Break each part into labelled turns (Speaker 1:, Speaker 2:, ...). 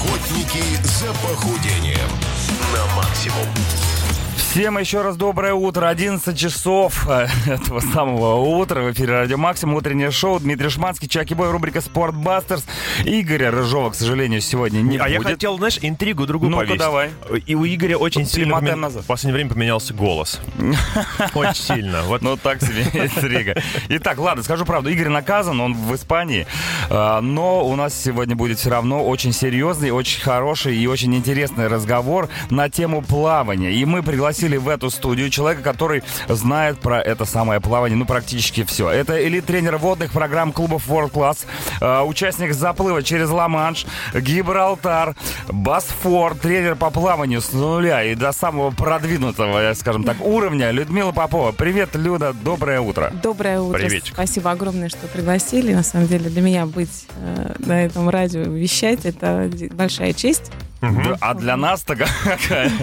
Speaker 1: Уроки за похудением на максимум.
Speaker 2: Всем еще раз доброе утро. 11 часов э, этого самого утра. В эфире Радио Максим. Утреннее шоу. Дмитрий Шманский, Чаки Бой, рубрика Спортбастерс. Игоря Рыжова, к сожалению, сегодня не
Speaker 3: А я
Speaker 2: будет.
Speaker 3: хотел, знаешь, интригу другую
Speaker 2: Ну-ка,
Speaker 3: повесить.
Speaker 2: давай.
Speaker 3: И у Игоря очень
Speaker 2: Тут
Speaker 3: сильно
Speaker 2: перемотаем
Speaker 3: помен-
Speaker 2: назад.
Speaker 3: в последнее время поменялся голос. Очень сильно. Вот
Speaker 2: Ну, так себе интрига. Итак, ладно, скажу правду. Игорь наказан, он в Испании. А, Но у нас сегодня будет все равно очень серьезный, очень хороший и очень интересный разговор на тему плавания. И мы пригласили в эту студию человека, который знает про это самое плавание, ну, практически все. Это элит-тренер водных программ клубов World Class, а, участник заплыва через Ла-Манш, Гибралтар, Босфор, тренер по плаванию с нуля и до самого продвинутого, э, скажем так, уровня Людмила Попова. Привет, Люда, доброе утро.
Speaker 4: Доброе утро.
Speaker 3: Приветик.
Speaker 4: Спасибо огромное, что пригласили. На самом деле для меня быть э, на этом радио вещать это де- большая честь.
Speaker 2: Да, А для нас такая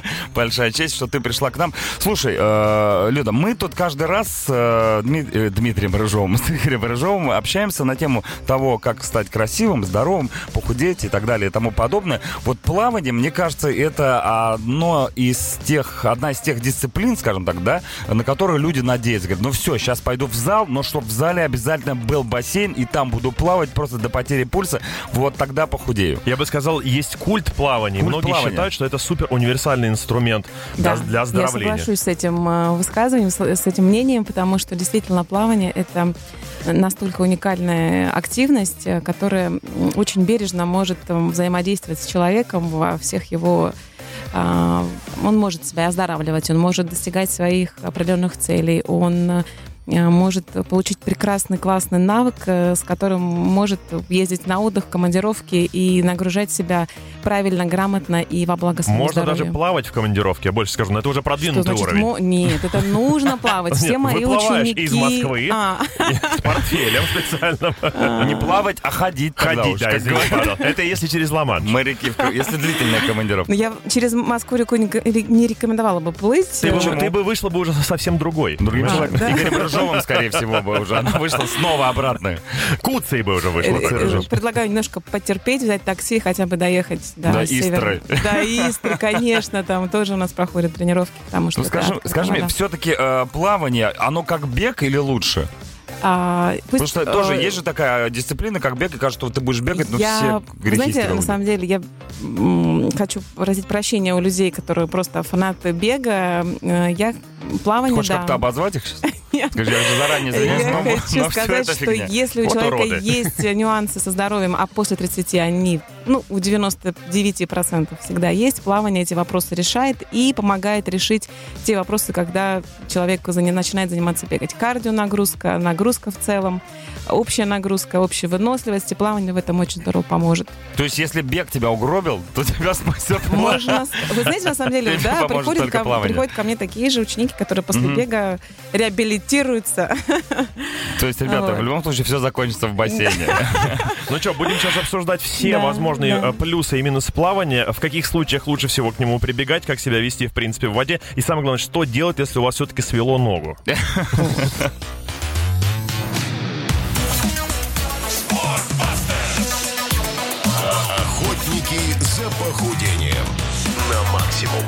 Speaker 2: большая честь, что ты пришла к нам. Слушай, э, Люда, мы тут каждый раз с э, Дми- э, Дмитрием Рыжовым, с Игорем Рыжовым общаемся на тему того, как стать красивым, здоровым, похудеть и так далее и тому подобное. Вот плавание, мне кажется, это одно из тех, одна из тех дисциплин, скажем так, да, на которые люди надеются. Говорят, ну все, сейчас пойду в зал, но чтобы в зале обязательно был бассейн, и там буду плавать просто до потери пульса, вот тогда похудею.
Speaker 3: Я бы сказал, есть культ плавания.
Speaker 2: Культ
Speaker 3: Многие
Speaker 2: плавания.
Speaker 3: считают, что это супер универсальный инструмент для- для
Speaker 4: Я
Speaker 3: оздоровления.
Speaker 4: соглашусь с этим э, высказыванием, с, с этим мнением, потому что действительно плавание это настолько уникальная активность, э, которая м, очень бережно может э, взаимодействовать с человеком во всех его а, он может себя оздоравливать, он может достигать своих определенных целей, он э, может получить прекрасный, классный навык, э, с которым может ездить на отдых, командировки и нагружать себя правильно, грамотно и во благо своему
Speaker 3: Можно
Speaker 4: здоровью.
Speaker 3: даже плавать в командировке, я больше скажу, но это уже
Speaker 4: Что
Speaker 3: продвинутый
Speaker 4: значит,
Speaker 3: уровень.
Speaker 4: мо- Нет, это нужно плавать. Все
Speaker 3: Нет,
Speaker 4: мои
Speaker 3: выплываешь
Speaker 4: ученики...
Speaker 3: из Москвы.
Speaker 4: А,
Speaker 3: С портфелем специальным.
Speaker 2: Не плавать, а ходить. тогда
Speaker 3: Ходить,
Speaker 2: уж,
Speaker 3: да,
Speaker 2: как
Speaker 3: извините,
Speaker 2: говорят
Speaker 3: пожалуйста. Это если через Ла-Манш.
Speaker 2: моряки, в ко- если длительная
Speaker 4: ну,
Speaker 2: командировка.
Speaker 4: я через Москву реку не, не рекомендовала бы плыть.
Speaker 3: Ты бы-
Speaker 2: Почему?
Speaker 3: Ты бы вышла бы уже совсем другой.
Speaker 2: Другим
Speaker 3: Понимаешь?
Speaker 2: человеком.
Speaker 4: Ну, да.
Speaker 2: Игорем Рыжовым, скорее всего, бы уже. Она вышла снова обратно.
Speaker 3: Куцей бы уже
Speaker 4: Э,
Speaker 3: вышла.
Speaker 4: э,
Speaker 3: Куцей.
Speaker 4: Предлагаю немножко потерпеть, взять такси, хотя бы доехать до,
Speaker 2: До
Speaker 4: севера.
Speaker 2: Истры.
Speaker 4: До Истры, конечно, там тоже у нас проходят тренировки, потому что...
Speaker 2: Ну, скажи,
Speaker 4: это
Speaker 2: скажи мне,
Speaker 4: вода.
Speaker 2: все-таки плавание, оно как бег или лучше?
Speaker 4: А,
Speaker 2: Потому
Speaker 4: пусть,
Speaker 2: что тоже
Speaker 4: э,
Speaker 2: есть же такая дисциплина, как бег, и кажется, что ты будешь бегать, но
Speaker 4: я,
Speaker 2: все грехи
Speaker 4: знаете, на
Speaker 2: строгнут.
Speaker 4: самом деле, я м, хочу просить прощения у людей, которые просто фанаты бега. Э, Я плавание,
Speaker 2: Хочешь
Speaker 4: да.
Speaker 2: как-то обозвать их сейчас?
Speaker 4: Нет.
Speaker 2: Скажи, я уже заранее извиняюсь,
Speaker 4: Я
Speaker 2: но, но
Speaker 4: хочу
Speaker 2: все
Speaker 4: сказать,
Speaker 2: это
Speaker 4: что
Speaker 2: фигня.
Speaker 4: если у
Speaker 3: Вот
Speaker 4: человека
Speaker 3: уроды.
Speaker 4: есть нюансы со здоровьем, а после 30 они, ну, у 99% всегда есть, плавание эти вопросы решает и помогает решить те вопросы, когда человек зани- начинает заниматься бегать. Кардио нагрузка, нагрузка в целом, общая нагрузка, общая выносливость, и плавание в этом очень здорово поможет.
Speaker 2: То есть, если бег тебя угробил, то тебя спасет плавание.
Speaker 4: Можно... Вы знаете, на самом деле,
Speaker 2: Тебе
Speaker 4: да,
Speaker 2: поможет
Speaker 4: приходят
Speaker 2: только
Speaker 4: ко,
Speaker 2: плавание.
Speaker 4: приходят ко мне такие же ученики, которые после
Speaker 2: Мгм.
Speaker 4: бега реабилитируются.
Speaker 2: То есть, ребята,
Speaker 4: Вот.
Speaker 2: в любом случае все закончится в бассейне.
Speaker 3: Ну что, будем сейчас обсуждать все
Speaker 4: Да,
Speaker 3: возможные
Speaker 4: да.
Speaker 3: э, плюсы и минусы плавания, в каких случаях лучше всего к нему прибегать, как себя вести, в принципе, в воде, и самое главное, что делать, если у вас все-таки свело ногу.
Speaker 1: Охотники за похудением на максимум.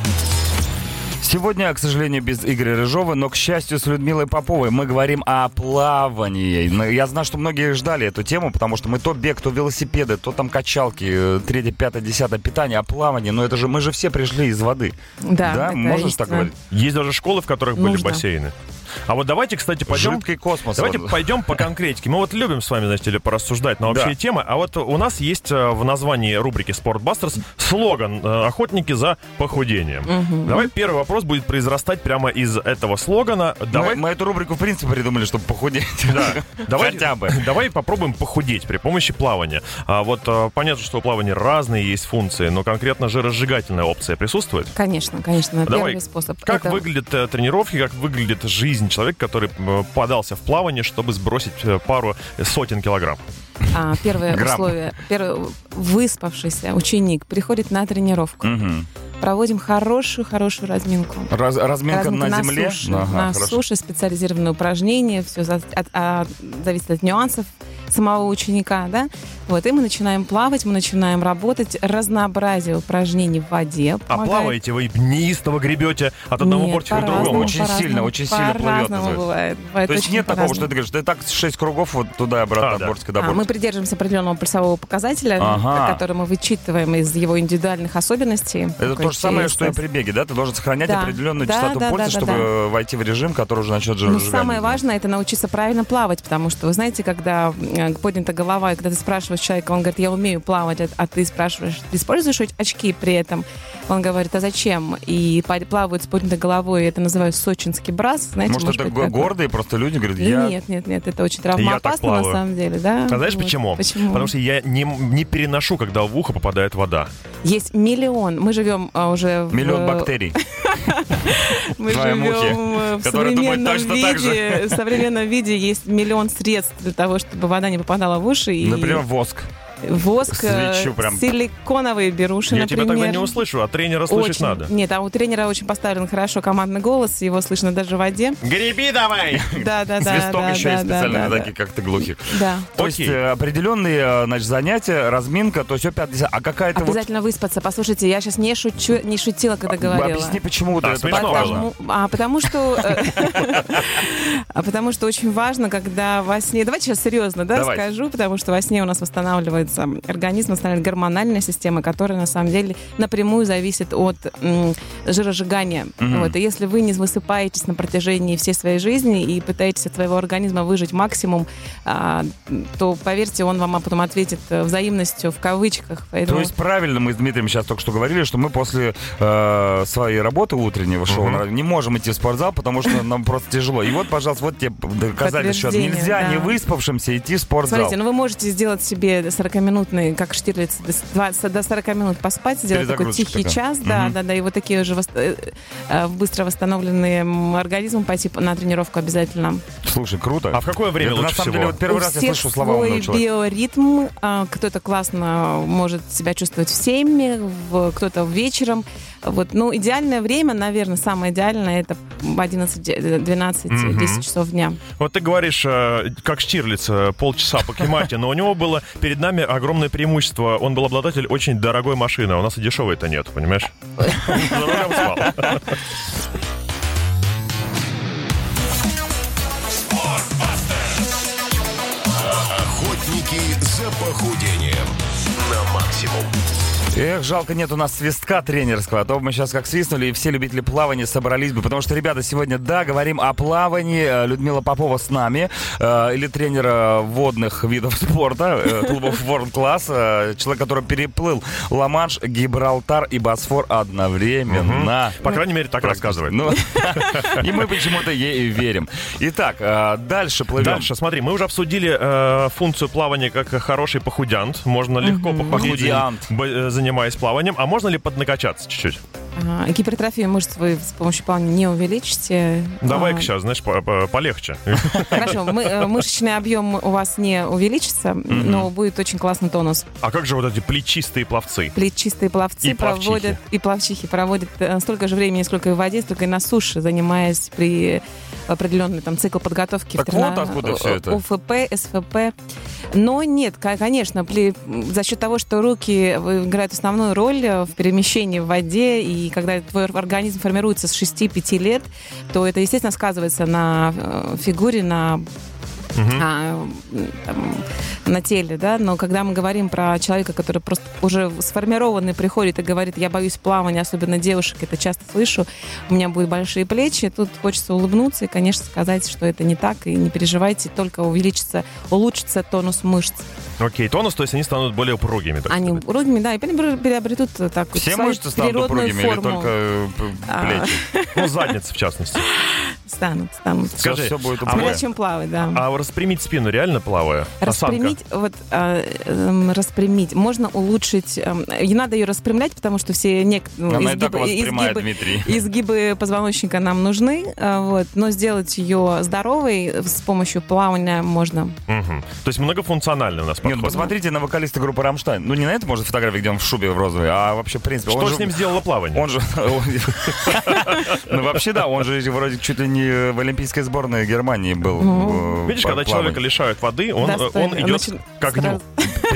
Speaker 2: Сегодня, к сожалению, без Игоря Рыжова, но, к счастью, с Людмилой Поповой мы говорим о плавании. Ну, Я знаю, что многие ждали эту тему, потому что мы то бег, то велосипеды, то там качалки, э, третье, пятое, десятое, питание, а плавание. Но это же мы же все пришли из воды.
Speaker 4: Да,
Speaker 2: да?
Speaker 4: такая
Speaker 2: Можешь так
Speaker 4: истина.
Speaker 2: говорить?
Speaker 3: Есть даже школы, в которых были
Speaker 4: Нужно.
Speaker 3: бассейны. А вот давайте, кстати, пойдем...
Speaker 2: Жидкий космос.
Speaker 3: Давайте
Speaker 2: Вот.
Speaker 3: пойдем по конкретике. Мы вот любим с вами, знаете ли, порассуждать на общие
Speaker 2: Да.
Speaker 3: темы. А вот у нас есть э, в названии рубрики «Спортбастерс» слоган э, «Охотники за похудением». Давай первый вопрос будет произрастать прямо из этого слогана. Давай
Speaker 2: Мы, мы эту рубрику, в принципе, придумали, чтобы похудеть.
Speaker 3: Да. Давай,
Speaker 2: Хотя бы.
Speaker 3: Давай попробуем похудеть при помощи плавания. А вот а, понятно, что у плавания разные есть функции, но конкретно жиросжигательная опция присутствует.
Speaker 4: Конечно, конечно.
Speaker 3: Давай.
Speaker 4: Первый способ.
Speaker 3: Как
Speaker 4: это-
Speaker 3: выглядят э, тренировки, как выглядит жизнь человека, который м, подался в плавание, чтобы сбросить э, пару сотен килограмм?
Speaker 4: а, первое
Speaker 2: Грамм.
Speaker 4: условие. Первое, выспавшийся ученик приходит на тренировку.
Speaker 2: Мгм.
Speaker 4: Проводим хорошую-хорошую разминку.
Speaker 2: Раз- разминка,
Speaker 4: Разминка
Speaker 2: на земле.
Speaker 4: суше,
Speaker 2: Ага,
Speaker 4: на
Speaker 2: хорошо.
Speaker 4: суше специализированные упражнения. Все а, зависит от нюансов самого ученика, да. Вот, и мы начинаем плавать, мы начинаем работать. Разнообразие упражнений в воде
Speaker 3: А
Speaker 4: помогает.
Speaker 3: плаваете вы неистово гребете от одного
Speaker 4: Нет,
Speaker 3: бортика к
Speaker 4: по-разному,
Speaker 3: другому.
Speaker 2: Очень сильно,
Speaker 4: по-разному,
Speaker 2: очень сильно плывет,
Speaker 4: по-разному
Speaker 2: называется.
Speaker 4: бывает.
Speaker 2: То есть нет такого, что ты говоришь, да и так 6 кругов вот туда и обратно,
Speaker 3: А,
Speaker 2: от
Speaker 3: да.
Speaker 2: бортика до
Speaker 4: А, мы
Speaker 2: бортика.
Speaker 4: придерживаемся определенного пульсового показателя, э,
Speaker 2: Ага.
Speaker 4: который мы вычитываем из его индивидуальных особенностей.
Speaker 2: Это
Speaker 4: Такой
Speaker 2: то же самое, что и
Speaker 4: CSS.
Speaker 2: при беге, да? Ты должен сохранять
Speaker 4: Ну, Да.
Speaker 2: определенную
Speaker 4: Да,
Speaker 2: частоту
Speaker 4: да,
Speaker 2: пульса,
Speaker 4: да, да,
Speaker 2: чтобы
Speaker 4: да.
Speaker 2: э, войти в режим, который уже начнет
Speaker 4: Ну,
Speaker 2: жиросжигание.
Speaker 4: самое важное это научиться правильно плавать, потому что вы знаете, когда э, поднята голова, и когда ты спрашиваешь человека, он говорит, я умею плавать, а- а ты спрашиваешь, ты используешь оч- очки при этом? Он говорит, а зачем? И па- плавают с поднятой головой, это называют сочинский брас, знаете?
Speaker 2: Может, это
Speaker 4: быть,
Speaker 2: го-
Speaker 4: такое.
Speaker 2: гордые просто люди говорят,
Speaker 4: И
Speaker 2: я...
Speaker 4: Нет, нет, нет, это очень
Speaker 3: так
Speaker 4: травмоопасно на
Speaker 3: плаваю.
Speaker 4: самом деле, да?
Speaker 3: А знаешь
Speaker 4: Вот.
Speaker 3: почему?
Speaker 4: Почему?
Speaker 3: Потому что я не, не переношу, когда в ухо попадает вода.
Speaker 4: Есть миллион, мы живем а, уже в...
Speaker 2: Миллион бактерий.
Speaker 4: Мы
Speaker 2: Твоя
Speaker 4: живем
Speaker 2: мухи,
Speaker 4: э, в
Speaker 2: которая думает
Speaker 4: современном
Speaker 2: точно так же.
Speaker 4: виде. В современном виде есть миллион средств для того, чтобы вода не попадала в уши. И
Speaker 2: Например, воск.
Speaker 4: воск, э,
Speaker 2: свечу прям.
Speaker 4: силиконовые беруши,
Speaker 3: я
Speaker 4: например.
Speaker 3: тебя тогда не услышу, а тренера слышать
Speaker 4: Очень.
Speaker 3: надо.
Speaker 4: Нет, а у тренера очень поставлен хорошо командный голос, его слышно даже в воде.
Speaker 3: Греби давай!
Speaker 4: Да, да, да.
Speaker 2: Свисток
Speaker 4: да,
Speaker 2: еще есть
Speaker 4: да, да,
Speaker 2: специально
Speaker 4: да,
Speaker 2: для таких, как ты, глухих.
Speaker 4: Да.
Speaker 2: То есть
Speaker 3: Окей.
Speaker 2: э, определенные э, значит, занятия, разминка, то есть опять... А какая-то вот...
Speaker 4: Обязательно выспаться. Послушайте, я сейчас не шучу, не шутила, когда говорила.
Speaker 2: Объясни, почему вот
Speaker 3: А,
Speaker 2: это
Speaker 3: смешно
Speaker 2: так
Speaker 3: было.
Speaker 2: важно.
Speaker 4: Потому, а потому что, э, а потому что очень важно, когда во сне. Давайте сейчас серьезно, да,
Speaker 2: Давай.
Speaker 4: скажу, потому что во сне у нас восстанавливается организм, восстанавливается гормональная система, которая на самом деле напрямую зависит от м, жиросжигания. Вот, и если вы не высыпаетесь на протяжении всей своей жизни и пытаетесь от своего организма выжить максимум, а, то поверьте, он вам потом ответит э, взаимностью в кавычках.
Speaker 2: То
Speaker 4: Поэтому
Speaker 2: есть правильно мы с Дмитрием сейчас только что говорили, что мы после э, своей работы утреннего шоу на радио не можем идти в спортзал, потому что нам просто тяжело. И вот, пожалуйста, вот тебе доказали, что
Speaker 4: Подтверждение,
Speaker 2: нельзя
Speaker 4: да.
Speaker 2: не выспавшимся идти в спортзал.
Speaker 4: Смотрите, ну вы можете сделать себе 40-минутный, как Штирлиц, до с- 20 до 40 минут поспать, сделать такой
Speaker 2: Перезагрузочка
Speaker 4: тихий
Speaker 2: такая.
Speaker 4: час, да,
Speaker 2: Мгм.
Speaker 4: да, да, и вот такие уже вос- э, э, быстро восстановленные м, организмом пойти на тренировку обязательно.
Speaker 2: Слушай, круто.
Speaker 3: А в какое время
Speaker 2: Это, на
Speaker 3: лучше
Speaker 2: самом
Speaker 3: всего?
Speaker 2: деле вот первый
Speaker 4: У
Speaker 2: раз я
Speaker 4: всех
Speaker 2: слышу слова умного
Speaker 4: свой
Speaker 2: человека.
Speaker 4: биоритм, а, кто-то классно может себя чувствовать в 7, в- кто-то вечером. Вот, ну, идеальное время, наверное, самое идеальное, это 11, де- 12,
Speaker 3: Мгм.
Speaker 4: 10 часов дня.
Speaker 3: Вот ты говоришь, э, как Штирлиц, э, полчаса по Кемате, но у него было перед нами огромное преимущество. Он был обладатель очень дорогой машины, а у нас и дешевой-то нет, понимаешь? За рулем спал.
Speaker 1: Охотники за похудением на максимум.
Speaker 2: Эх, жалко, нет у нас свистка тренерского, а то бы мы сейчас как свистнули, и все любители плавания собрались бы. Потому что, ребята, сегодня, да, говорим о плавании. Э, Людмила Попова с нами, э, или тренера водных видов спорта, э, клубов World Class, э, человек, который переплыл Ла-Манш, Гибралтар и Босфор одновременно.
Speaker 3: По крайней мере, так рассказывает.
Speaker 2: Ну, и мы почему-то ей верим. Итак, э, дальше плывем.
Speaker 3: Дальше, смотри, мы уже обсудили э, функцию плавания как хороший похудянт. Можно легко похудеть,
Speaker 2: Похудянт.
Speaker 3: б- э, занимаясь плаванием. А можно ли поднакачаться чуть-чуть?
Speaker 4: А, Гипертрофию мышц вы с помощью плавания не увеличите.
Speaker 3: Давай-ка
Speaker 4: А,
Speaker 3: сейчас, знаешь, по- по- полегче.
Speaker 4: Хорошо, мы- э, мышечный объем у вас не увеличится, но будет очень классный тонус.
Speaker 3: А как же вот эти плечистые пловцы?
Speaker 4: Плечистые пловцы
Speaker 3: И пловчихи.
Speaker 4: проводят и пловчихи проводят э, столько же времени, сколько и в воде, столько и на суше, занимаясь при определенный там цикл подготовки.
Speaker 2: Так
Speaker 4: в трена-
Speaker 2: вот откуда всё это.
Speaker 4: ОФП, СФП. Но нет, ко- конечно, пле- за счет того, что руки э, играют основную роль э, в перемещении в воде, и когда твой организм формируется с 6-5 лет, то это, естественно, сказывается на э, фигуре, на а, м, там, на теле, да, но когда мы говорим про человека, который просто уже сформированный приходит и говорит, я боюсь плавания, особенно девушек, это часто слышу, у меня будут большие плечи, тут хочется улыбнуться и, конечно, сказать, что это не так, и не переживайте, только увеличится, улучшится тонус мышц.
Speaker 3: Окей, тонус, то есть они станут более упругими. так
Speaker 4: Они
Speaker 3: сказать.
Speaker 4: упругими, да, и перебр- переобретут э, так вот
Speaker 2: Все
Speaker 4: свою
Speaker 2: мышцы станут
Speaker 4: природную
Speaker 2: упругими или
Speaker 4: форму.
Speaker 2: только э, п-
Speaker 4: А.
Speaker 2: плечи?
Speaker 3: Ну, задница, в частности.
Speaker 4: Станут, станут.
Speaker 3: Скажи,
Speaker 2: Всё- всё будет
Speaker 3: а
Speaker 2: упругое.
Speaker 4: Прежде чем плавать, да.
Speaker 3: А распрямить спину реально плавая? Осанка.
Speaker 4: Распрямить, вот а, эм, распрямить. Можно улучшить. эм, не надо ее распрямлять, потому что все нек- ну,
Speaker 2: Она и
Speaker 4: изгибы-
Speaker 2: так у вас
Speaker 4: изгибы-
Speaker 2: прямая, Дмитрий.
Speaker 4: изгибы позвоночника нам нужны, а, вот, но сделать ее здоровой с помощью плавания можно.
Speaker 3: Мгм. То есть многофункциональный у нас
Speaker 2: Нет, ну,
Speaker 3: подход.
Speaker 2: посмотрите на вокалиста группы Рамштайн. Ну, не на это, может, фотографии, где он в шубе в розовой, а вообще, в принципе. он
Speaker 3: Что
Speaker 2: же-
Speaker 3: с ним сделало плавание?
Speaker 2: Он же... он- Ну, вообще, да, он же вроде чуть ли не в олимпийской сборной Германии был.
Speaker 4: Ну.
Speaker 2: э,
Speaker 3: Видишь,
Speaker 2: по
Speaker 3: когда
Speaker 2: плаванию.
Speaker 3: человека лишают воды, он, э,
Speaker 4: Достойно.
Speaker 3: он идет
Speaker 4: Начи-
Speaker 3: к огню.
Speaker 4: сразу-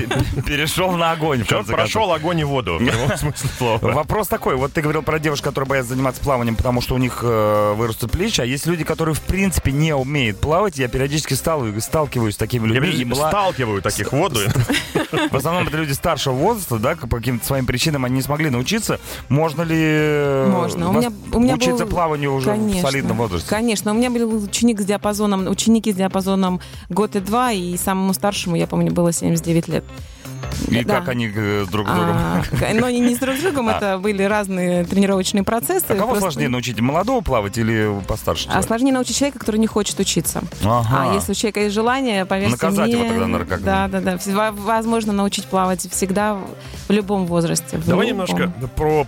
Speaker 2: Перешел на огонь. в
Speaker 3: Человек
Speaker 2: конце концов.
Speaker 3: прошел огонь и воду, в прямом смысле слова.
Speaker 2: Вопрос такой. Вот ты говорил про девушек, которые боятся заниматься плаванием, потому что у них э, вырастут плечи. А есть люди, которые в принципе не умеют плавать. Я периодически стал- сталкиваюсь с такими
Speaker 3: Я
Speaker 2: людьми.
Speaker 3: видишь,
Speaker 2: И была-
Speaker 3: сталкиваю таких в воду.
Speaker 2: В основном это люди старшего возраста, да, к- по каким-то своим причинам они не смогли научиться. Можно ли э,
Speaker 4: Можно. У
Speaker 2: нас-
Speaker 4: меня, у меня
Speaker 2: учиться
Speaker 4: был-
Speaker 2: плаванию уже в
Speaker 4: Конечно.
Speaker 2: солидном возрасте?
Speaker 4: Конечно. У меня был ученик с диапазоном, ученики с диапазоном год и два, и самому старшему, я помню, было 79 лет.
Speaker 2: И
Speaker 4: Да.
Speaker 2: как они э, друг с другом?
Speaker 4: А, к- но они не с друг с другом,
Speaker 2: А.
Speaker 4: это были разные тренировочные процессы.
Speaker 2: А кого
Speaker 4: Просто-
Speaker 2: сложнее научить? Молодого плавать или постарше?
Speaker 4: А
Speaker 2: человека?
Speaker 4: сложнее научить человека, который не хочет учиться.
Speaker 2: Ага.
Speaker 4: А если у человека есть желание, поверьте
Speaker 2: Наказать
Speaker 4: мне...
Speaker 2: его тогда надо как-то.
Speaker 4: Да, да, да. Всего- Возможно научить плавать всегда в- в любом возрасте. в
Speaker 3: Давай
Speaker 4: любом.
Speaker 3: немножко про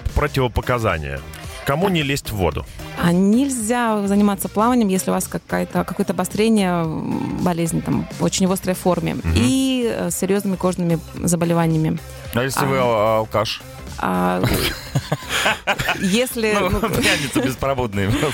Speaker 3: противопоказания. Кому не лезть в воду?
Speaker 4: А нельзя заниматься плаванием, если у вас какая-то, какое-то обострение м, болезни там, в очень в острой форме и э, с серьезными кожными заболеваниями.
Speaker 2: А если вы
Speaker 4: А.
Speaker 2: ал- алкаш?
Speaker 4: А, Если...
Speaker 2: Ну,
Speaker 4: ну,
Speaker 2: пьяница беспробудная.
Speaker 4: Ну,
Speaker 2: Все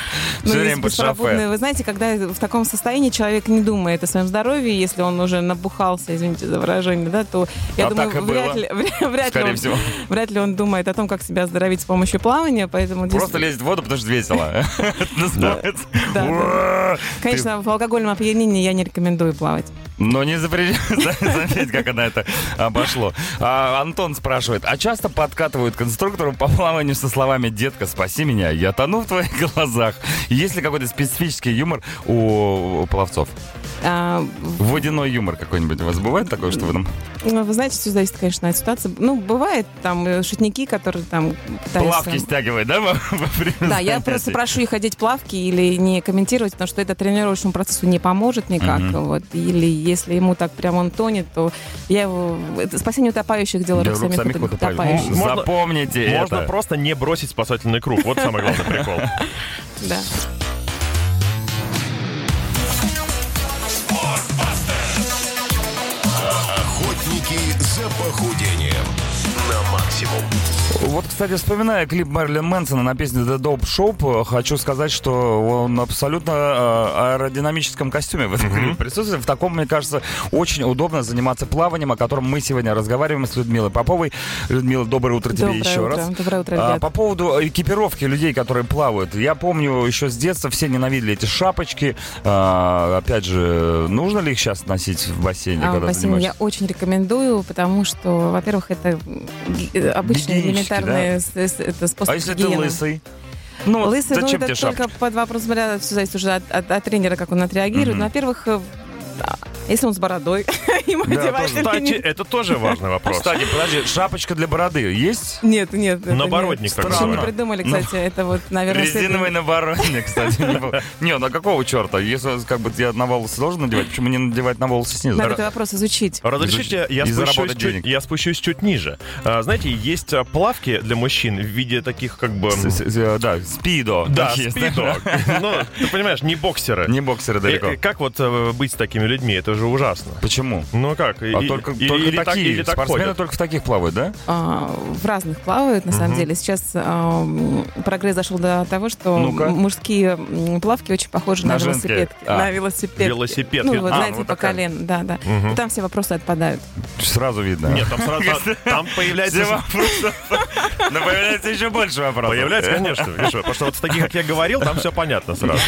Speaker 4: если
Speaker 2: время под
Speaker 4: беспробудные,
Speaker 2: шофе.
Speaker 4: Вы знаете, когда в таком состоянии человек не думает о своем здоровье, если он уже набухался, извините за выражение, да, то я
Speaker 2: А
Speaker 4: думаю,
Speaker 2: так и
Speaker 4: вряд,
Speaker 2: было.
Speaker 4: ли, вряд, ли
Speaker 2: Скорее
Speaker 4: он,
Speaker 2: всего.
Speaker 4: вряд ли он думает о том, как себя оздоровить с помощью плавания, поэтому здесь-
Speaker 2: Просто лезет в воду, потому что весело. Это называется.
Speaker 4: Да, да.
Speaker 2: Ура!
Speaker 4: Конечно, в алкогольном опьянении я не рекомендую плавать.
Speaker 2: Но не запрещ- за- заметь, как она это обошло. А, Антон спрашивает, а часто подкатывают к инструктору по плаванию со словами «Детка, спаси меня, я тону в твоих глазах». Есть ли какой-то специфический юмор у, у пловцов?
Speaker 4: А,
Speaker 2: Водяной юмор какой-нибудь у вас бывает такой, что вы там
Speaker 4: ну, вы знаете, все зависит, конечно, от ситуации. Ну, бывает там э, шутники, которые там пытаются...
Speaker 2: плавки стягивает, да? во- во время
Speaker 4: Да, я
Speaker 2: занятий?
Speaker 4: просто прошу их одеть плавки или не комментировать, потому что это тренировочному процессу не поможет никак.
Speaker 2: Мгм.
Speaker 4: Вот. Или если ему так прям он тонет, то я его... это спасение утопающих дело
Speaker 2: Для
Speaker 4: рук
Speaker 2: рук
Speaker 4: самих,
Speaker 2: самих
Speaker 4: утоп-
Speaker 2: выкопаешь.
Speaker 4: утопающих.
Speaker 3: Можно-
Speaker 2: Запомните
Speaker 3: Можно
Speaker 2: это.
Speaker 3: просто не бросить спасательный круг. Вот самый главный прикол.
Speaker 4: Да.
Speaker 1: Охотники за похудением на максимум.
Speaker 2: Вот, кстати, вспоминая клип Мэрилин Мэнсона на песню The Dope Shop, э, хочу сказать, что он абсолютно э, аэродинамическом костюме в этом клипе присутствует. В таком, мне кажется, очень удобно заниматься плаванием, о котором мы сегодня разговариваем с Людмилой Поповой. Людмила, доброе утро тебе
Speaker 4: Доброе
Speaker 2: еще
Speaker 4: утро.
Speaker 2: раз.
Speaker 4: Доброе утро,
Speaker 2: А,
Speaker 4: ребят.
Speaker 2: По поводу экипировки людей, которые плавают. Я помню, еще с детства все ненавидели эти шапочки. А, Опять же, нужно ли их сейчас носить в бассейне,
Speaker 4: А,
Speaker 2: когда
Speaker 4: бассейн
Speaker 2: занимаешься?
Speaker 4: я очень рекомендую, потому что, во-первых, это э, обычный
Speaker 2: Гигиенически,
Speaker 4: элементарный с- с- это способ
Speaker 2: А если ты
Speaker 4: гигиены.
Speaker 2: лысый? Ну, вот
Speaker 4: Лысый, ну,
Speaker 2: зачем
Speaker 4: это
Speaker 2: тебе шапочка?
Speaker 4: только под вопрос, смотря, все зависит уже от, от- от тренера, как он отреагирует.
Speaker 2: Мгм.
Speaker 4: Но, Во-первых, э, а, если он с бородой, ему
Speaker 2: Да,
Speaker 4: одевать
Speaker 2: тоже.
Speaker 4: или
Speaker 3: Кстати,
Speaker 4: нет.
Speaker 3: это тоже важный вопрос.
Speaker 2: Кстати, подожди, шапочка для бороды есть?
Speaker 4: Нет, нет. это
Speaker 3: Набородник,
Speaker 4: нет.
Speaker 3: так
Speaker 4: Что мы
Speaker 2: называемый.
Speaker 4: придумали,
Speaker 2: Ну,
Speaker 4: кстати, это вот, наверное,
Speaker 2: Резиновый
Speaker 4: следует-
Speaker 2: набородник, кстати. не был. Не, ну а какого черта? Если как бы я на волосы должен надевать, почему не надевать на волосы снизу?
Speaker 4: надо этот вопрос изучить.
Speaker 3: Разрешите, я
Speaker 2: И
Speaker 3: спущусь,
Speaker 2: заработать денег.
Speaker 3: чуть, я спущусь чуть ниже. А, знаете, есть а, плавки для мужчин в виде таких как бы...
Speaker 2: С- с- э, Да, спидо.
Speaker 3: Да,
Speaker 2: такие,
Speaker 3: спидо. Ну, ты понимаешь, не боксеры.
Speaker 2: Не боксеры
Speaker 3: Э,
Speaker 2: далеко.
Speaker 3: э, Как вот э, быть с такими людьми? Это же ужасно.
Speaker 2: Почему?
Speaker 3: Ну как?
Speaker 2: А
Speaker 3: и-
Speaker 2: только,
Speaker 3: и-
Speaker 2: только
Speaker 3: или так-
Speaker 2: такие
Speaker 3: или так
Speaker 2: спортсмены
Speaker 3: ходят?
Speaker 2: только в таких плавают, да?
Speaker 4: А, в разных плавают, на самом деле. Сейчас а, м, прогресс дошел до того, что
Speaker 2: Ну-ка.
Speaker 4: м, мужские м, плавки очень похожи
Speaker 2: На
Speaker 4: на,
Speaker 2: женские.
Speaker 4: велосипедки.
Speaker 2: А.
Speaker 4: На велосипедки.
Speaker 3: Велосипедки.
Speaker 4: Ну, вот,
Speaker 3: А,
Speaker 4: знаете,
Speaker 2: вот
Speaker 4: по
Speaker 2: такая.
Speaker 4: колено, да, да.
Speaker 3: Мгм.
Speaker 4: И Там все вопросы отпадают.
Speaker 2: Сразу видно.
Speaker 3: Нет, там сразу там
Speaker 2: Все
Speaker 3: появляется
Speaker 2: вопросы. Но появляется еще больше вопросов.
Speaker 3: Появляется, конечно, видишь, потому что вот в таких, как я говорил, там все понятно сразу.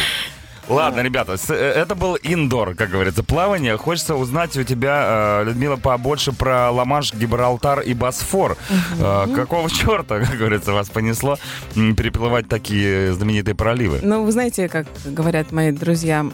Speaker 2: Ладно, ребята, с- э, это был индор, как говорится, плавание. Хочется узнать у тебя, э, Людмила, побольше про Ламанш, Гибралтар и Босфор. Э, Какого черта, как говорится, вас понесло м, переплывать такие знаменитые проливы?
Speaker 4: Ну, вы знаете, как говорят мои друзья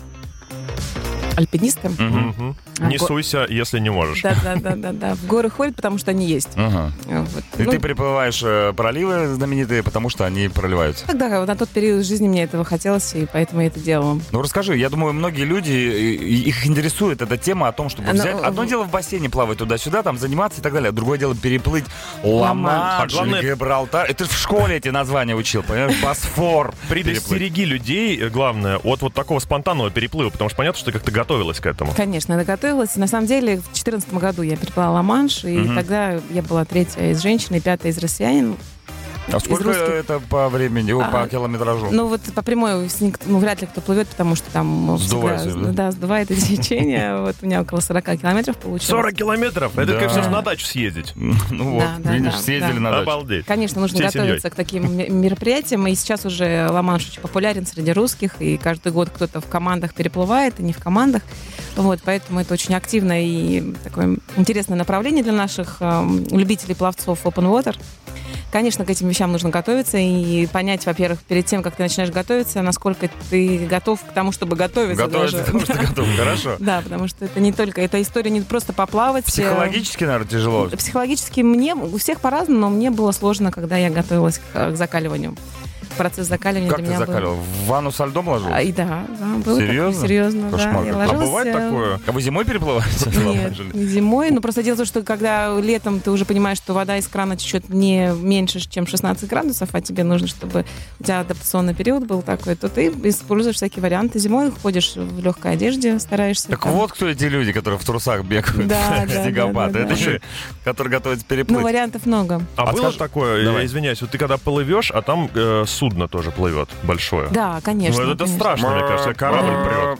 Speaker 4: альпинисты.
Speaker 2: Мгм. Ну,
Speaker 3: Мгм.
Speaker 4: А,
Speaker 3: Не
Speaker 4: го-
Speaker 3: суйся, если не можешь.
Speaker 4: Да, да, да, да, да. В горы ходят, потому что они есть.
Speaker 2: Ага.
Speaker 4: Вот.
Speaker 2: И
Speaker 4: Ну,
Speaker 2: ты переплываешь э, проливы знаменитые, потому что они проливаются.
Speaker 4: Тогда на тот период жизни мне этого хотелось, и поэтому я это делала.
Speaker 2: Ну расскажи, я думаю, многие люди, и- и их интересует эта тема о том, чтобы
Speaker 4: Она-
Speaker 2: взять... Одно дело в бассейне плавать туда-сюда, там заниматься и так далее, а другое дело переплыть Ла-Манш,
Speaker 3: А главное-
Speaker 2: Гибралтар. Это ты в школе эти названия учил, понимаешь? Босфор. переплыть.
Speaker 3: Предостереги людей, э, главное, от вот такого спонтанного переплыва, потому что понятно, что ты как-то готовилась к этому.
Speaker 4: Конечно, я готовилась. На самом деле, в 2014 году я переплыла Ла-Манш, и
Speaker 2: Мгм.
Speaker 4: тогда я была третья из женщин и пятая из россиянин.
Speaker 2: А сколько
Speaker 4: русских.
Speaker 2: это по времени, о, по
Speaker 4: А,
Speaker 2: километражу?
Speaker 4: Ну вот по прямой если никто- ну, вряд ли кто плывет, потому что там э,
Speaker 2: Сдувает
Speaker 4: всегда-
Speaker 2: всё, да?
Speaker 4: да? сдувает это течение. Вот у меня около 40 километров получилось.
Speaker 3: 40 километров? Это
Speaker 2: Да.
Speaker 3: как все же на дачу съездить.
Speaker 2: Ну вот,
Speaker 4: да,
Speaker 2: видишь,
Speaker 4: да,
Speaker 2: съездили
Speaker 4: да.
Speaker 2: на дачу.
Speaker 3: Обалдеть.
Speaker 4: Конечно, нужно
Speaker 3: Всей
Speaker 4: готовиться
Speaker 3: семьей.
Speaker 4: к таким ме- мероприятиям. И сейчас уже Ла-Манш очень популярен среди русских, и каждый год кто-то в командах переплывает, и не в командах. Вот, поэтому это очень активное и такое интересное направление для наших эм, любителей пловцов Open Water. Конечно, к этим вещам нужно готовиться и понять, во-первых, перед тем, как ты начинаешь готовиться, насколько ты готов к тому, чтобы готовиться.
Speaker 2: Готовиться,
Speaker 4: даже.
Speaker 2: потому что готов. Хорошо.
Speaker 4: Да, потому что это не только, эта история не просто поплавать. э,
Speaker 2: Психологически, наверное, тяжело.
Speaker 4: Психологически мне, у всех по-разному, но мне было сложно, когда я готовилась к, к закаливанию. Процесс закаливания
Speaker 2: Как
Speaker 4: для
Speaker 2: ты
Speaker 4: меня был-
Speaker 2: закалил? В ванну со льдом ложил?
Speaker 4: А, и да, да, было такое,
Speaker 2: Серьезно?
Speaker 4: серьезно, да.
Speaker 2: Кошмар какой.
Speaker 4: Я
Speaker 3: А
Speaker 4: ложилась,
Speaker 3: бывает
Speaker 4: э,
Speaker 3: такое?
Speaker 2: А вы зимой переплываете?
Speaker 4: Нет, не зимой. Ну, просто дело в том, что когда летом ты уже понимаешь, что вода из крана течет не меньше, чем 16 градусов, а тебе нужно, чтобы у тебя адаптационный период был такой, то ты используешь всякие варианты. Зимой ходишь в легкой одежде, стараешься.
Speaker 2: Так
Speaker 4: там.
Speaker 2: вот кто эти люди, которые в трусах бегают,
Speaker 4: Да, да, да,
Speaker 2: снегопады.
Speaker 4: да,
Speaker 2: Это
Speaker 4: да.
Speaker 2: еще, которые готовятся
Speaker 4: Ну,
Speaker 2: переплыть.
Speaker 4: вариантов много.
Speaker 3: А,
Speaker 2: А
Speaker 3: было
Speaker 2: скажи-
Speaker 3: такое,
Speaker 2: Давай.
Speaker 3: я извиняюсь, вот ты когда плывешь, а там э, судно тоже плывет большое.
Speaker 4: Да, конечно.
Speaker 3: ну, это
Speaker 4: конечно.
Speaker 3: страшно, мне кажется, корабль
Speaker 2: М-м-м.
Speaker 4: Да.
Speaker 3: прет.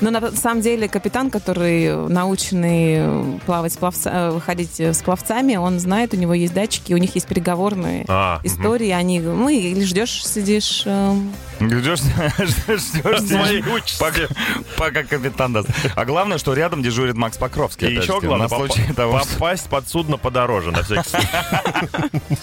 Speaker 4: Но на самом деле капитан, который наученный плавать, с пловца- э, выходить с пловцами, он знает, у него есть датчики, у них есть переговорные
Speaker 3: А, мгм.
Speaker 4: истории, они, ну, или ждешь, сидишь. эм,
Speaker 2: Ждешь, ждешь, ждешь,
Speaker 3: Своей участи.
Speaker 2: пока- пока капитан даст. А главное, что рядом дежурит Макс Покровский.
Speaker 3: И
Speaker 2: опять
Speaker 3: еще
Speaker 2: же,
Speaker 3: главное,
Speaker 2: на случай
Speaker 3: попа-
Speaker 2: того, что-
Speaker 3: попасть под судно подороже, на всякий случай.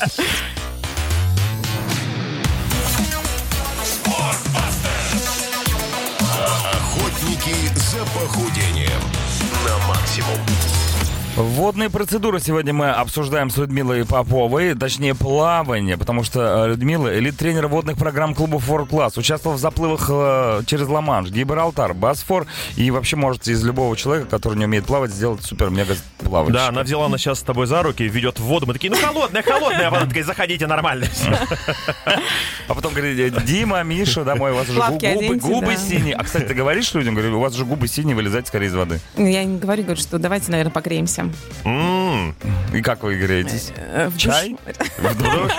Speaker 1: Охотники за похудением на максимум.
Speaker 2: Водные процедуры сегодня мы обсуждаем с Людмилой Поповой, точнее плавание, потому что э, Людмила элит-тренер водных программ клубов World Class, участвовал в заплывах э, через Ла-Манш, Гибралтар, Босфор, и вообще можете из любого человека, который не умеет плавать, сделать супер-мега плавать.
Speaker 3: Да, она взяла нас сейчас с тобой за руки, ведет в воду. Мы такие, ну холодная, холодная. А вода такая, заходите, нормально.
Speaker 2: А потом говорит, Дима, Миша, домой, у вас уже гу-
Speaker 4: Плавки
Speaker 2: губы,
Speaker 4: оденьте,
Speaker 2: губы
Speaker 4: да.
Speaker 2: синие. А, кстати, ты говоришь людям, говорю, у вас же губы синие, вылезайте скорее из воды.
Speaker 4: ну, Я не говорю, говорю, что давайте, наверное, погреемся.
Speaker 3: М,
Speaker 2: И как вы греетесь?
Speaker 4: Э, в душ.
Speaker 2: Чай? В душ?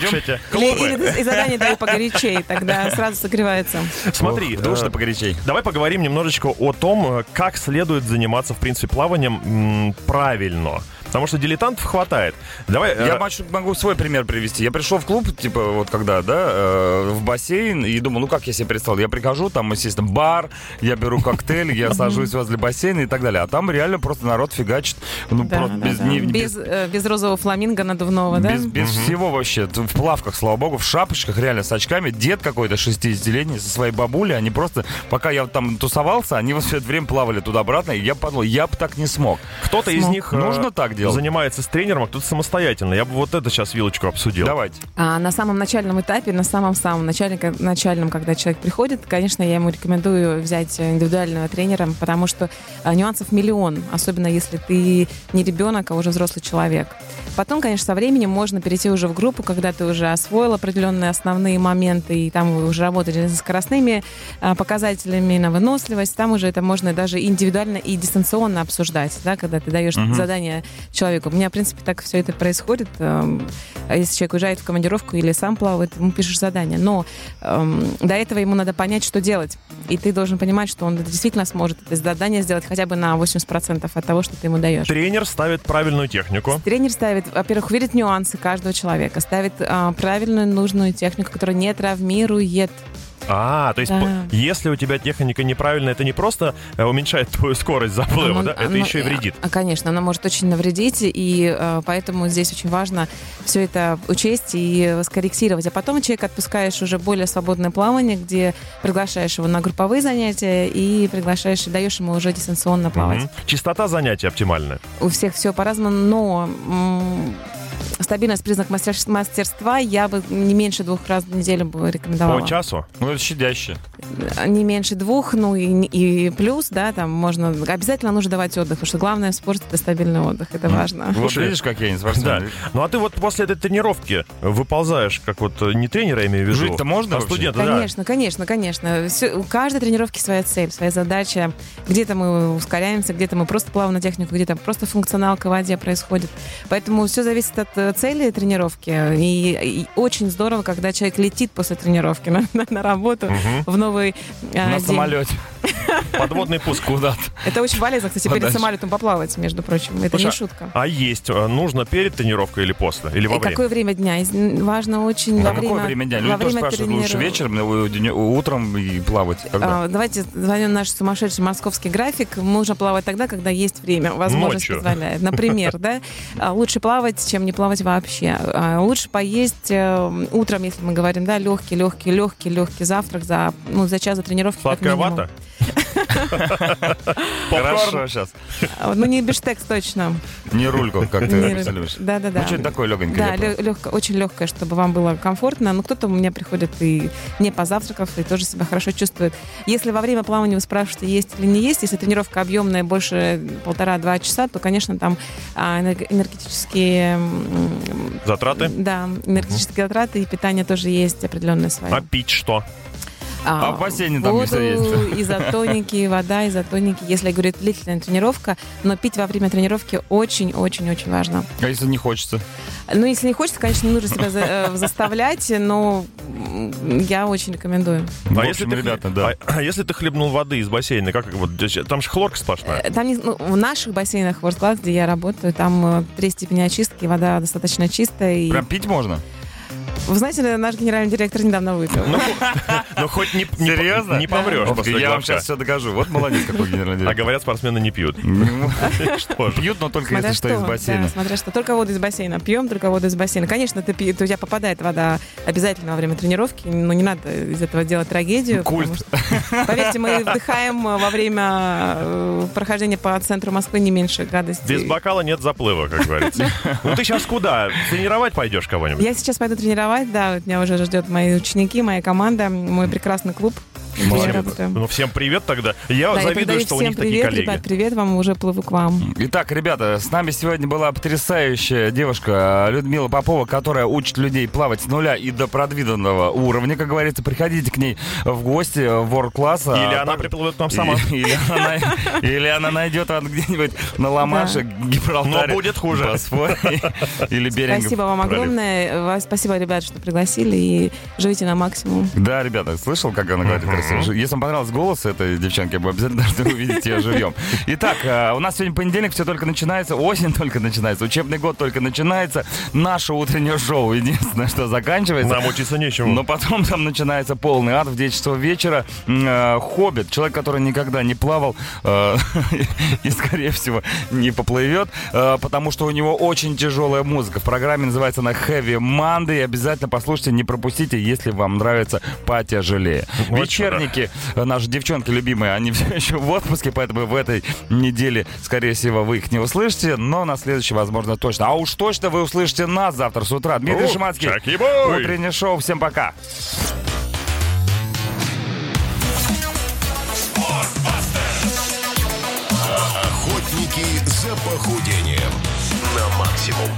Speaker 3: слушайте,
Speaker 4: Или,
Speaker 3: клубы.
Speaker 4: или и задание даю погорячей, тогда сразу согревается.
Speaker 3: Смотри,
Speaker 2: Ох,
Speaker 3: э,
Speaker 2: душно погорячей.
Speaker 3: Давай поговорим немножечко о том, э, как следует заниматься, в принципе, плаванием м, правильно. Потому что дилетантов хватает. Давай... э,
Speaker 2: Я мачу- могу свой пример привести. Я пришел в клуб, типа, вот когда, да, э, в бассейн, и думал, ну как я себе представил? Я прихожу, там, естественно, бар, я беру коктейль, я сажусь возле бассейна и так далее. А там реально просто народ фигачит. Ну,
Speaker 4: Да,
Speaker 2: просто
Speaker 4: да,
Speaker 2: без...
Speaker 4: да.
Speaker 2: не- без-
Speaker 4: без, э, без розового фламинго надувного, да?
Speaker 2: Без, без всего вообще. Т- В плавках, слава богу, в шапочках, реально с очками. Дед какой-то 60-летний со своей бабулей. Они просто, пока я там тусовался, они вот все это время плавали туда-обратно. И я подумал, я бы так не смог.
Speaker 3: Кто-то из
Speaker 4: Смог.
Speaker 3: них э,
Speaker 2: Нужно так делать.
Speaker 3: занимается с тренером, а кто-то самостоятельно. Я бы вот это сейчас вилочку обсудил.
Speaker 2: Давайте.
Speaker 4: А на самом начальном этапе, на самом-самом начале, ко- начальном, когда человек приходит, конечно, я ему рекомендую взять э, индивидуального тренера, потому что э, нюансов миллион, особенно если ты не ребенок, а уже взрослый человек. Потом, конечно, со временем можно перейти уже в группу, когда ты уже освоил определенные основные моменты, и там вы уже работали со скоростными э, показателями на выносливость, там уже это можно даже индивидуально и дистанционно обсуждать, да, когда ты даешь задание человеку. У меня, в принципе, так все это происходит. эм, а если человек уезжает в командировку или сам плавает, ему пишешь задание. Но эм, до этого ему надо понять, что делать. И ты должен понимать, что он действительно сможет это задание сделать хотя бы на 80% от того, что ты ему даешь.
Speaker 3: Тренер ставит правильную технику.
Speaker 4: Тренер ставит, во-первых, видит нюансы каждого человека, ставит а, правильную, нужную технику, которая не травмирует.
Speaker 3: А, то есть,
Speaker 4: Да.
Speaker 3: по- если у тебя техника неправильная, это не просто э, уменьшает твою скорость заплыва, да?
Speaker 4: Она-
Speaker 3: Это
Speaker 4: она-
Speaker 3: еще и вредит.
Speaker 4: А, Конечно, она может очень навредить, и э, поэтому здесь очень важно все это учесть и скорректировать. А потом человека отпускаешь уже более свободное плавание, где приглашаешь его на групповые занятия и приглашаешь, и даешь ему уже дистанционно плавать.
Speaker 3: Мгм. Частота занятий оптимальная.
Speaker 4: У всех все по-разному, но м, стабильность признак мастерш- мастерства я бы не меньше двух раз в неделю бы рекомендовала.
Speaker 3: По часу?
Speaker 2: Ну, это щадяще.
Speaker 4: не меньше двух, ну и, и плюс, да, там можно... Обязательно нужно давать отдых, потому что главное в спорте — это стабильный отдых, это важно.
Speaker 2: Вот
Speaker 3: Слушай,
Speaker 2: видишь, какие они
Speaker 3: Да.
Speaker 2: спортсмены?
Speaker 3: Ну а ты вот после этой тренировки выползаешь, как вот э, не тренера, я имею в виду.
Speaker 2: Жить-то можно
Speaker 3: а
Speaker 2: вообще?
Speaker 3: студента, да.
Speaker 4: Конечно, конечно, конечно. Всё- у каждой тренировки своя цель, своя задача. Где-то мы ускоряемся, где-то мы просто плаваем на технику, где-то просто функционалка в воде происходит. Поэтому все зависит от э, цели тренировки. И, и очень здорово, когда человек летит после тренировки на, на- на работу в новый э,
Speaker 2: На
Speaker 4: день.
Speaker 2: самолете
Speaker 3: Подводный пуск.
Speaker 2: куда-то.
Speaker 4: Это очень полезно, кстати, перед
Speaker 2: Подальше.
Speaker 4: самолетом поплавать, между прочим. Это
Speaker 3: Слушай,
Speaker 4: не шутка.
Speaker 3: А есть э, нужно перед тренировкой или после? Или во
Speaker 4: И
Speaker 3: время?
Speaker 4: какое время дня? Из- м, Важно очень во
Speaker 2: А
Speaker 4: время,
Speaker 2: какое время дня?
Speaker 4: во
Speaker 2: Люди тоже
Speaker 4: время
Speaker 2: спрашивают, лучше
Speaker 4: тренировок.
Speaker 2: вечером, ну, днё- утром и плавать. Когда?
Speaker 4: А, Давайте звоним наш сумасшедший московский график. Можно плавать тогда, когда есть время, возможность
Speaker 3: Ночью.
Speaker 4: позволяет. Например, да? А, Лучше плавать, чем не плавать вообще. А, Лучше поесть э, утром, если мы говорим, да, легкий, легкий, легкий, легкий завтрак за, ну, за час до тренировки. как
Speaker 3: Сладкая
Speaker 4: минимум.
Speaker 3: вата?
Speaker 2: Хорошо сейчас.
Speaker 4: А, Ну, не бештекс точно.
Speaker 2: Не рульку, как ты
Speaker 4: Не-
Speaker 2: это любишь.
Speaker 4: Да-да-да.
Speaker 2: Ну, что-то такое
Speaker 4: Да,
Speaker 2: легонькое. я
Speaker 4: лё- лёгко- очень легкое, чтобы вам было комфортно. Но кто-то у меня приходит и не позавтракав, и тоже себя хорошо чувствует. Если во время плавания вы спрашиваете, есть или не есть, если тренировка объемная больше полтора-два часа, то, конечно, там а, энерг- энергетические... м,
Speaker 3: Затраты?
Speaker 4: Да, энергетические затраты и питание тоже есть определенное свое.
Speaker 3: А пить что?
Speaker 2: А в бассейне там
Speaker 4: воду,
Speaker 2: всё есть.
Speaker 4: изотоники, вода, изотоники. Если, я говорю, длительная тренировка, но пить во время тренировки очень-очень-очень важно.
Speaker 2: А если не хочется?
Speaker 4: Ну, если не хочется, конечно, не нужно себя за- э, заставлять, но м, я очень рекомендую.
Speaker 2: В
Speaker 3: а
Speaker 2: общем,
Speaker 3: если ты,
Speaker 2: ребята,
Speaker 3: хлеб-
Speaker 2: да.
Speaker 3: а- а если ты хлебнул воды из бассейна, как вот здесь- там же хлорка сплошная.
Speaker 4: Э, Там не- ну, в наших бассейнах World Class, где я работаю, там э, три степени очистки, вода достаточно чистая. И...
Speaker 2: Прям пить можно?
Speaker 4: Вы знаете, наш генеральный директор недавно выпил.
Speaker 2: Ну,
Speaker 3: Но Ну, хоть не, не,
Speaker 2: Серьезно?
Speaker 3: не помрешь
Speaker 2: Ох,
Speaker 3: после
Speaker 2: Я вам
Speaker 3: глотка.
Speaker 2: сейчас все докажу. Вот молодец какой генеральный
Speaker 3: А
Speaker 2: директор.
Speaker 3: говорят, спортсмены не пьют.
Speaker 2: Ну,
Speaker 3: Что же?
Speaker 2: Пьют, но только если что из
Speaker 4: да,
Speaker 2: бассейна.
Speaker 4: смотря что. Только воду из бассейна. Пьем только воду из бассейна. Конечно, ты пи- у тебя попадает вода обязательно во время тренировки, но не надо из этого делать трагедию.
Speaker 2: Ну, Культ.
Speaker 4: потому что, поверьте, мы вдыхаем э, во время э, прохождения по центру Москвы не меньше гадостей.
Speaker 3: Без бокала нет заплыва, как говорится. Ну ты сейчас куда? Тренировать пойдешь кого-нибудь?
Speaker 4: Я сейчас пойду тренировать, да, вот меня уже ждет мои ученики, моя команда, мой прекрасный клуб. где я
Speaker 2: Молодец.
Speaker 4: работаю.
Speaker 3: Ну всем привет тогда. Я
Speaker 4: Да, я
Speaker 3: завидую,
Speaker 4: передаю
Speaker 3: что у
Speaker 4: всем
Speaker 3: них такие
Speaker 4: привет,
Speaker 3: коллеги.
Speaker 4: ребят, привет вам, уже плыву к вам.
Speaker 2: Итак, ребята, с нами сегодня была потрясающая девушка э, Людмила Попова, которая учит людей плавать с нуля и до продвинутого уровня, как говорится. Приходите к ней в гости э, в World Class. а
Speaker 3: Или она
Speaker 2: также-
Speaker 3: приплывет к нам сама.
Speaker 2: И- Или она, най- или она найдет вас где-нибудь на Ла-Манше, Гибралтаре.
Speaker 3: Но будет хуже.
Speaker 2: Босфоре Или Беринг.
Speaker 4: Спасибо вам огромное, Вас- спасибо, ребят, что пригласили, и живите на максимум.
Speaker 2: Да, ребята, слышал, как она говорит красиво? Ж- Если вам понравился голос этой девчонки, вы обязательно должны увидеть ее живьем. Итак, э, у нас сегодня понедельник, все только начинается, осень только начинается, учебный год только начинается, наше утреннее шоу единственное, что заканчивается.
Speaker 3: Нам учиться нечему.
Speaker 2: Но потом там начинается полный ад в 10 часов вечера. М, э, Хоббит, человек, который никогда не плавал э, и, скорее всего, не поплывет, э, потому что у него очень тяжелая музыка. В программе называется она Heavy Monday. И обязательно послушайте, не пропустите, если вам нравится потяжелее.
Speaker 3: Вот
Speaker 2: Вечерники, э, наши девчонки любимые, они все еще в отпуске, поэтому в этой неделе, скорее всего, вы их не услышите, но на следующей, возможно, точно. А уж точно вы услышите нас завтра с утра. Дмитрий
Speaker 3: О,
Speaker 2: Шиманский.
Speaker 3: Чаки-бой!
Speaker 2: Утреннее шоу. Всем пока.
Speaker 1: Охотники за похудением на максимум.